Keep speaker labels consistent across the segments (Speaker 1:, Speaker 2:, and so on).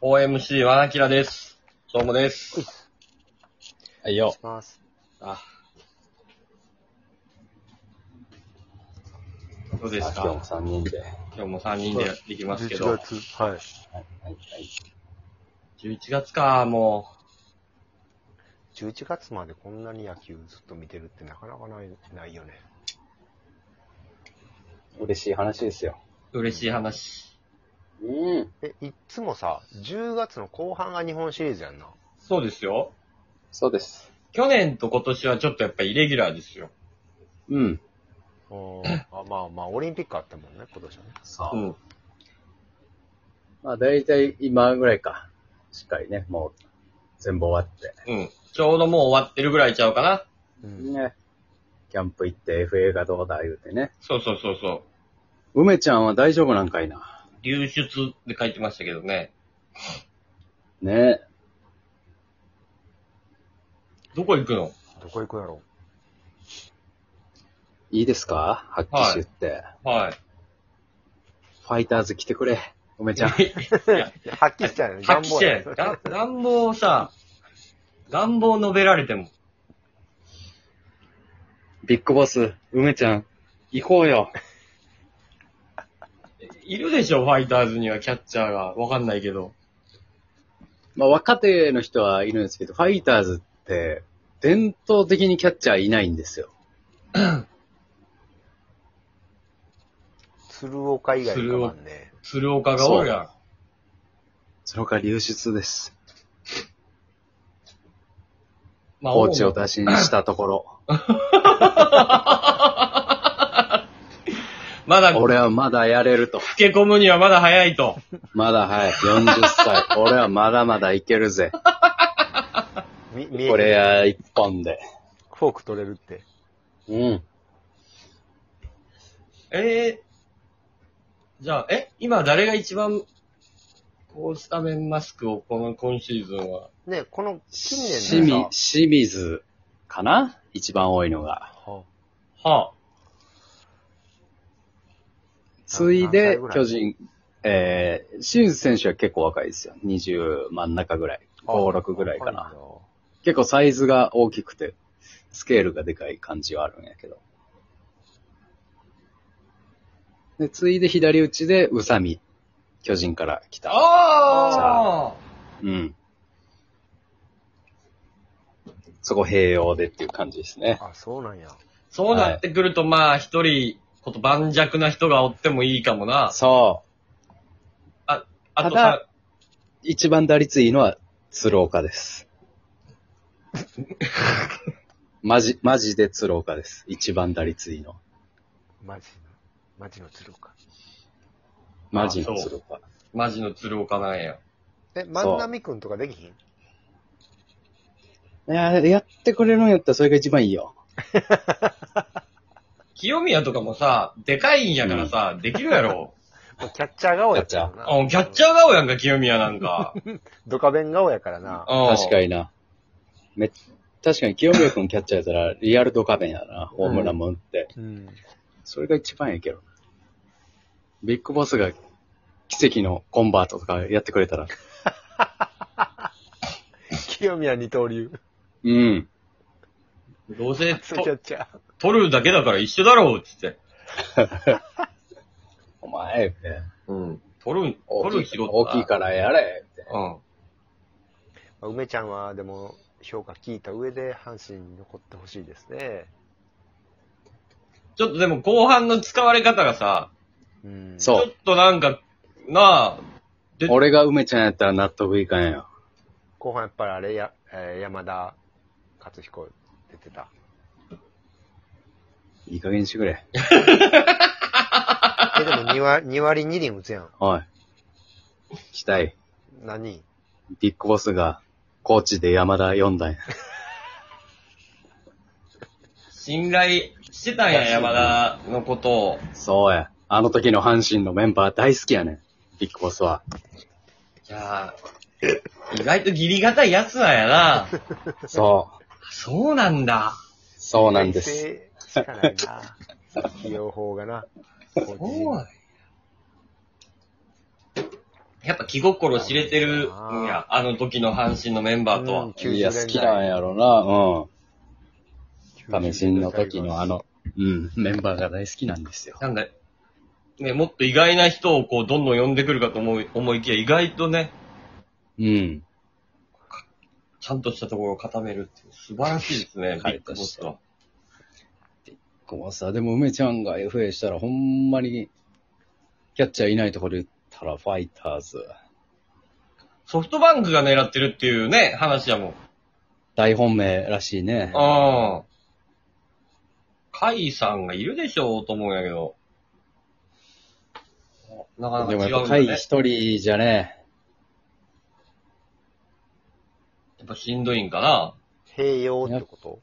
Speaker 1: OMC ワナキラです。どうもです。はいよ。
Speaker 2: します。
Speaker 1: あ。どうです
Speaker 3: あ今日も
Speaker 1: か
Speaker 3: 3人で。はい
Speaker 1: 今日も3人でやっていきますけ
Speaker 2: 11
Speaker 1: ど。
Speaker 2: 月、はい。
Speaker 3: はいはい
Speaker 1: 11月か、も
Speaker 2: 11月までこんなに野球ずっと見てるってなかなかないないよね。
Speaker 3: 嬉しい話ですよ。
Speaker 1: う。嬉しい話。
Speaker 3: うん。
Speaker 2: え、いっつもさ、10月の後半が日本シリーズやんな。
Speaker 1: そうですよ。
Speaker 3: そうです。
Speaker 1: 去年と今年はちょっとやっぱイレギュラーですよ。
Speaker 3: うん。
Speaker 2: うん。あまあまあ、オリンピックあったもんね、今年はね。
Speaker 3: そうう。
Speaker 1: ん。
Speaker 3: まあ、だいたい今ぐらいか。しっかりね、もう、全部終わっ
Speaker 1: うん。ちょうどもう終わってるぐらいちゃうかな。
Speaker 2: う
Speaker 3: て。
Speaker 2: ん。
Speaker 3: ね。キャンプ行って FA がどうだ言うてね。
Speaker 1: そうそうそうそう。
Speaker 3: 梅ちゃんは大丈夫なんかいな。
Speaker 1: 流出って書いてましたけどね。
Speaker 3: ね
Speaker 1: どこ行くの
Speaker 2: どこ行くんやろ
Speaker 3: いいですかはっきり言って、
Speaker 1: はい。
Speaker 3: ファイターズ来てくれ。梅 ちゃん。
Speaker 2: いやはっきりしたよね。
Speaker 1: 発揮して
Speaker 2: 願望やね、
Speaker 1: が願望をさ、願望を述べられても。
Speaker 3: ビッグボス、梅ちゃん、行こうよ。
Speaker 1: いるでしょ、ファイターズにはキャッチャーが。わかんないけど。
Speaker 3: まあ、若手の人はいるんですけど、ファイターズって、伝統的にキャッチャーいないんですよ。
Speaker 2: 鶴岡以外行かんね。
Speaker 1: 鶴岡がおるやん。
Speaker 3: その代わり流出です。
Speaker 1: ま
Speaker 3: コーチを
Speaker 1: 王も
Speaker 3: 打診したところ、
Speaker 1: まだ、老
Speaker 3: 俺はまだやれると。
Speaker 1: け込むにはまだ早いと。
Speaker 3: まだはい、40歳。 俺はまだまだいけるぜ。
Speaker 2: み、見え
Speaker 3: これや一本で。
Speaker 2: フォーク取れるって。
Speaker 3: うん。
Speaker 1: ええじゃあ、え、今誰が一番、こう、スタメンマスクをこの今シーズンは。
Speaker 2: ね、この近
Speaker 3: 清
Speaker 2: 年の
Speaker 3: 水
Speaker 2: さ、
Speaker 3: 清水かな一番多いのが。
Speaker 2: は
Speaker 1: は
Speaker 3: つい
Speaker 2: 何
Speaker 3: で
Speaker 2: 歳ぐ、らい
Speaker 3: 巨人、えー、清水選手は結構若いですよ。20真ん中ぐらい。
Speaker 2: あ
Speaker 3: 5、6ぐらいかな。。
Speaker 2: は
Speaker 3: 結構サイズが大きくて、スケールがでかい感じはあるんやけど。で、ついで左打ちで、宇佐美、巨人から来
Speaker 1: あ。
Speaker 3: た。
Speaker 1: ああ
Speaker 3: うん。そこ併用でっていう感じですね。
Speaker 2: あ、そうなんや。
Speaker 1: そうなってくると、まあ、一人、こと盤石な人がおってもいいかもな。
Speaker 3: そう。
Speaker 1: あと
Speaker 3: た
Speaker 1: さ
Speaker 3: だ、一番打率いいのは、鶴岡です。マジ、マジで鶴岡です。一番打率いいの。
Speaker 2: マジの、マジの鶴岡。
Speaker 3: マジの鶴岡。
Speaker 1: マジの鶴岡なんや。
Speaker 2: え、万波くんとかできひん
Speaker 3: いや、やってくれるんやったらそれが一番いいよ。
Speaker 1: 清宮とかもさ、でかいんやからさ、できるやろ。
Speaker 2: もうキャッチャー顔やったよな。
Speaker 1: あキャッチャー顔やんか、清宮なんか。
Speaker 2: ドカベン顔やからな。
Speaker 3: 確か
Speaker 1: に。
Speaker 3: にな。め、確かに清宮君キャッチャーやったら、リアルドカベンやな。ホームランも打って。
Speaker 2: うん。
Speaker 3: それが一番やけど。ビッグボスが奇跡のコンバートとかやってくれたら。
Speaker 2: 清宮二刀流。
Speaker 3: うん。
Speaker 1: どうせ、
Speaker 2: そうキャ
Speaker 1: と
Speaker 2: ッチャー。
Speaker 1: 取るだけだから一緒だろう、つって。
Speaker 3: お前、
Speaker 1: うん。取る、
Speaker 3: 大
Speaker 1: 取
Speaker 3: き
Speaker 1: る
Speaker 3: い
Speaker 1: 仕事
Speaker 3: 大きいからやれ。
Speaker 1: うん。
Speaker 2: 梅ちゃんは、でも、評価聞いた上で、阪神に残ってほしいですね。
Speaker 1: ちょっとでも後半の使われ方がさ、
Speaker 2: うん。
Speaker 1: ち
Speaker 3: そう
Speaker 1: ょっとなんか、なあ、で
Speaker 3: 俺が梅ちゃんやったら納得いかんよ。
Speaker 2: 後半やっぱりあれや、えー山田勝彦出てた。
Speaker 3: いい加減にしてくれ。
Speaker 2: え、でも2割、 二割2厘打つやん。
Speaker 3: おい。したい。
Speaker 2: 何
Speaker 3: ビッグボスが、コーチで山田読んだんや。
Speaker 1: 信頼してたんや、山田のことを。
Speaker 3: そうや。あの時の阪神のメンバー大好きやねん。ビッグボスは。
Speaker 1: いやー意外とギリ堅いやつなんやな。
Speaker 3: そう。
Speaker 1: そうなんだ。
Speaker 3: そうなんです。。
Speaker 2: しかないな。起用法がな。
Speaker 1: そうなんや。やっぱ気心知れてるんや、あの時の阪神のメンバーとは。
Speaker 2: うん90
Speaker 3: いや、
Speaker 2: 年代
Speaker 3: 好きなんやろな。うん。亀神の時のあの、うん、メンバーが大好きなんですよ。
Speaker 1: なんだ、ね、もっと意外な人をこう、どんどん呼んでくるかと思い、思いきや、意外とね、
Speaker 3: うん。
Speaker 1: ちゃんとしたところを固めるっていう、素晴らしいですね、ビ
Speaker 3: はい
Speaker 1: ッグボスは。
Speaker 3: こうさ、でも梅ちゃんが FA したらほんまに、キャッチャーいないところで言ったらファイターズ。
Speaker 1: ソフトバンクが狙ってるっていうね、話やもん。
Speaker 3: 大本命らしいね。
Speaker 1: ああ。カイさんがいるでしょうと思うんやけど。なかなか
Speaker 3: で
Speaker 1: 違
Speaker 3: も
Speaker 1: うん
Speaker 3: や
Speaker 1: だ
Speaker 3: っぱ
Speaker 1: ね。
Speaker 3: 会議
Speaker 1: や
Speaker 3: 一人じゃね、
Speaker 1: っぱしんどいんかな。
Speaker 2: 併用ってこと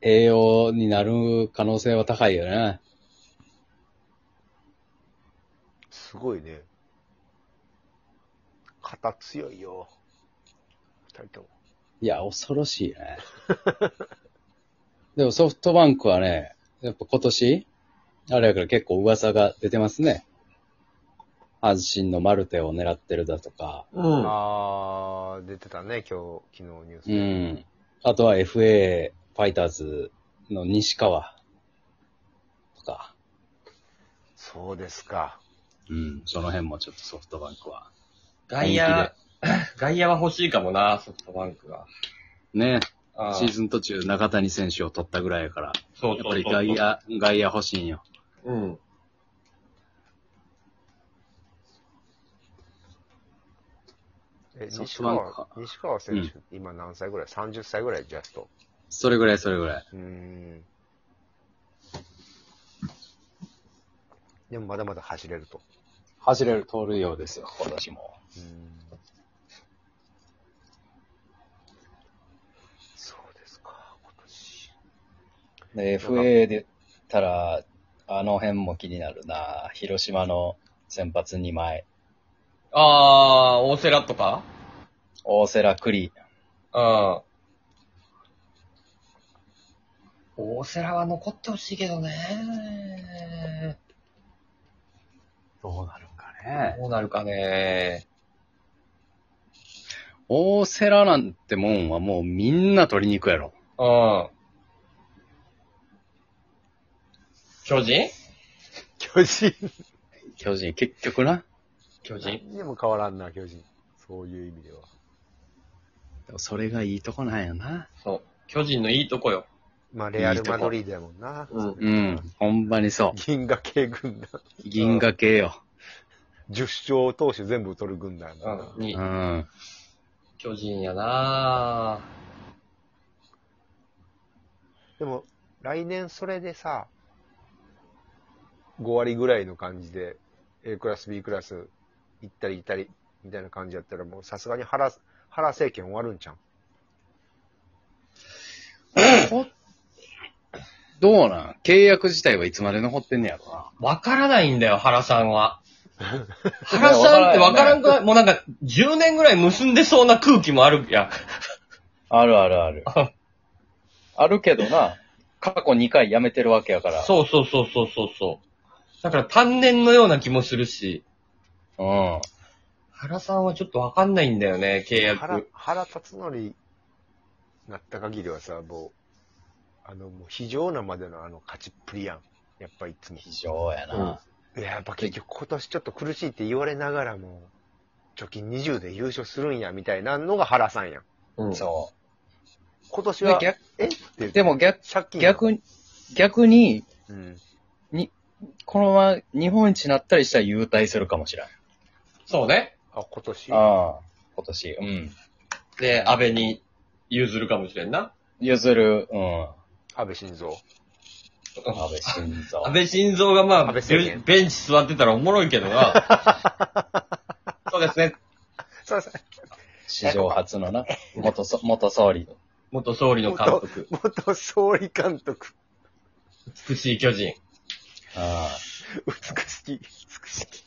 Speaker 3: 栄養になる可能性は高いよね。
Speaker 2: すごいね。肩強いよ。二人とも。
Speaker 3: いや、恐ろしいね。 でもソフトバンクはね、やっぱ今年、あれやから結構噂が出てますね。阪神のマルテを狙ってるだとか、
Speaker 1: うん。
Speaker 2: あー、出てたね、今日、昨日ニュース
Speaker 3: う
Speaker 2: で。
Speaker 3: ん。あとは FA ファイターズの西川とか、
Speaker 2: そうですか。
Speaker 3: うん、その辺もちょっとソフトバンクは。
Speaker 1: 外野、 外野は欲しいかもな、ソフトバンクが。
Speaker 3: ね、
Speaker 1: ああ
Speaker 3: シーズン途中中谷選手を取ったぐらいやから、
Speaker 1: そう
Speaker 3: やっ
Speaker 1: そう
Speaker 3: ぱ
Speaker 1: そう
Speaker 3: り外野、外野欲しいんよ。
Speaker 1: うん。
Speaker 2: え、
Speaker 3: ソフ
Speaker 2: 西
Speaker 3: トバンク
Speaker 2: 川
Speaker 3: か、
Speaker 2: 西川選手、今何歳ぐらい ?30 歳ぐらい、ジャスト。
Speaker 3: それぐらい、それぐらい。
Speaker 2: うーん。でもまだまだ走れると。
Speaker 3: 走れる通るようですよ、今年も。
Speaker 2: うーんそうですか、今年。
Speaker 3: で、FA で言ったら、あの辺も気になるな。広島の先発2枚。
Speaker 1: あー、大瀬良とか
Speaker 3: 大瀬良栗。
Speaker 1: うん。大瀬良は残ってほしいけどね。
Speaker 3: どうなるんかね。
Speaker 1: どうなるかね。
Speaker 3: 大瀬良なんてもんはもうみんな取りに行くやろ。
Speaker 1: うん。巨人
Speaker 2: 巨人
Speaker 3: 巨人、結局な。
Speaker 1: 巨人
Speaker 2: 何にも変わらんな、巨人。そういう意味では。
Speaker 3: でもそれがいいとこなんやな。
Speaker 1: そう。巨人のいいとこよ。
Speaker 2: まあ、レアル・マドリードやもんな。
Speaker 1: うん
Speaker 3: うん、ほんまにそ
Speaker 2: 銀河系軍団。
Speaker 3: う。銀河系よ。
Speaker 2: 10勝投手全部取る軍団やもんな。
Speaker 1: うん。に
Speaker 3: う、ん。
Speaker 1: 巨人やなぁ。
Speaker 2: でも、来年それでさ、5割ぐらいの感じで、A クラス、B クラス、行ったり行ったり、みたいな感じやったら、もうさすがに原、原政権終わるんちゃう
Speaker 3: どうなん契約自体はいつまで残ってんねやろな。
Speaker 1: わからないんだよ、原さん は。原さんってわからんくないもうなんか、10年ぐらい結んでそうな空気もあるやん。
Speaker 3: あるあるある。あるけどな、過去2回辞めてるわけやから。
Speaker 1: そうそうそうそうそうそう。だから単年のような気もするし、
Speaker 3: う。うん。
Speaker 1: 原さんはちょっとわかんないんだよね、契
Speaker 2: 原
Speaker 1: 約。、
Speaker 2: 原辰則になった限りはさ、もう、あの、もう非常なまでのあの勝ちっぷりやん。やっぱいつも。
Speaker 3: 非常やな。
Speaker 2: いややっぱ結局今年ちょっと苦しいって言われながらも、貯金20で優勝するんや、みたいなのが原さんやん。
Speaker 1: うん。
Speaker 3: そ
Speaker 2: 今年
Speaker 3: う。で
Speaker 2: は、
Speaker 3: 逆
Speaker 2: えって言って
Speaker 3: でも逆、
Speaker 2: 借金が、
Speaker 3: 逆に、逆に、
Speaker 2: うん。
Speaker 3: このまま日本一になったりしたら優退するかもしれん。あ
Speaker 1: そうね。
Speaker 2: あ、今年
Speaker 3: あ。今年、うん。
Speaker 1: で、安倍に譲るかもしれんな。
Speaker 3: 譲る、うん。
Speaker 2: 安倍晋三。
Speaker 3: 安倍晋三。
Speaker 1: 安倍晋三がまあ、
Speaker 2: 安倍
Speaker 1: ベ
Speaker 2: 政権
Speaker 1: ンチ座ってたらおもろいけどな。そうですね。
Speaker 2: そうですね。
Speaker 3: 史上初のな、元そ元総理。
Speaker 1: 元総理の監督。
Speaker 2: 元総理監督。
Speaker 1: 美しい巨人。
Speaker 3: ああ。
Speaker 2: 美しき、美しき。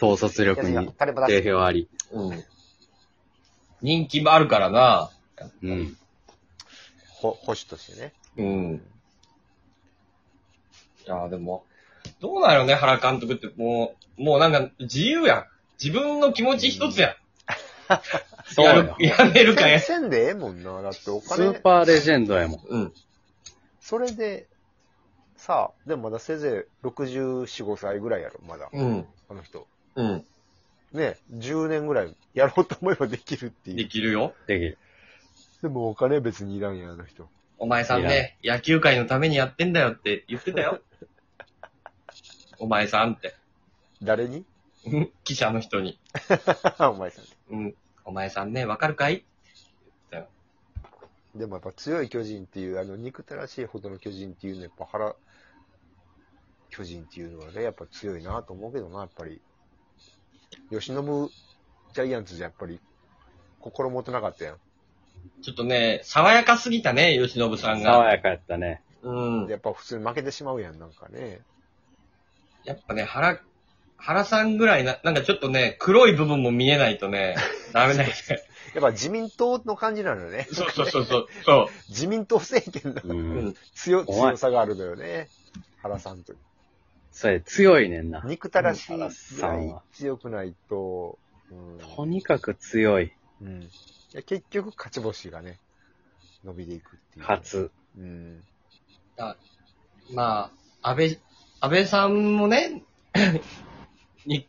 Speaker 3: 統率力に
Speaker 2: 誰も
Speaker 3: 定評あり。
Speaker 1: うん。人気もあるからな。
Speaker 3: うん。
Speaker 2: ほ、保守としてね。
Speaker 1: うん。いやーでも、どうなのね、原監督ってもう、もうなんか自由やん。自分の気持ち一つやん。
Speaker 3: そう
Speaker 1: や
Speaker 3: よ
Speaker 1: る。やめるかや。
Speaker 2: せんでええもんな。だってお
Speaker 3: ス
Speaker 2: 金
Speaker 3: ー、パーレジェンドやもん。
Speaker 1: うん。
Speaker 2: それで、さあ、でもまだせいぜい64、5歳ぐらいやろ、まだ。
Speaker 1: うん。
Speaker 2: あの人。
Speaker 1: うん。
Speaker 2: ね、10年ぐらいやろうと思えばできるってい
Speaker 1: で
Speaker 2: う。
Speaker 1: きるよ。
Speaker 3: できる。
Speaker 2: でもお金別にいらんやん、あの人。
Speaker 1: お前さんね、野球界のためにやってんだよって言ってたよ。 お前さんって。
Speaker 2: 誰に
Speaker 1: うん記者の人に。
Speaker 2: お前さん。
Speaker 1: うん。お前さんね、わかるかい
Speaker 2: でもやっぱ強い巨人っていう、あの、憎たらしいほどの巨人っていうのは、やっぱ腹、巨人っていうのはね、やっぱ強いなと思うけどな、やっぱり。吉野ジャイアンツじゃやっぱり、心もとなかったやん。
Speaker 1: ちょっとね、爽やかすぎたね、吉信さん
Speaker 3: 爽
Speaker 1: が。
Speaker 3: やかやったね。
Speaker 1: うん
Speaker 2: で。やっぱ普通に負けてしまうやん、なんかね。
Speaker 1: やっぱね、原、原さんぐらいな、なんかちょっとね、黒い部分も見えないと ね、ダメだよね。
Speaker 2: やっぱ自民党の感じなのよね。
Speaker 1: そうそうそうそう。そ
Speaker 2: 自民党政権の
Speaker 3: う。
Speaker 1: う。うんん。
Speaker 2: 強
Speaker 3: 怖い
Speaker 2: 強さがあるのよね。原さんと。
Speaker 3: そうや、強いねんな。
Speaker 2: 憎たらしい
Speaker 3: 原
Speaker 2: ぐ
Speaker 3: さ
Speaker 2: らい
Speaker 3: んは
Speaker 2: 強くないと、うん
Speaker 3: とにかく強い。
Speaker 2: うんいや結局勝ち星がね、伸びていくっていう。
Speaker 3: か。つ。
Speaker 2: うん。
Speaker 1: まあ、安倍、安倍さんも ね、に、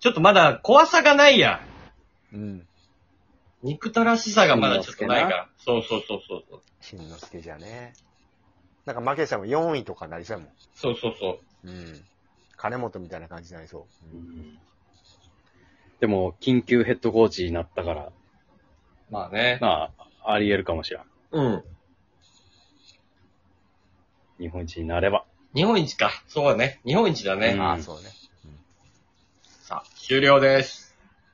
Speaker 1: ちょっとまだ怖さがないや。
Speaker 2: うん。
Speaker 1: 憎たらしさがまだちょっとないから。そうそうそうそう。
Speaker 2: しんのすけじゃね。なんか負けしたらもう4位とかなりそうやも
Speaker 1: そうそうそ
Speaker 2: ん。うん。金本みたいな感じになりそう。うん
Speaker 3: でも、緊急ヘッドコーチになったから、
Speaker 1: う。まあね。
Speaker 3: まあ、あり得るかもしれん。
Speaker 1: うん。
Speaker 3: 日本一になれば。
Speaker 1: 日本一か。そうだね。日本一だね。
Speaker 3: うん
Speaker 2: ああ、そうね。
Speaker 1: さあ、終了です。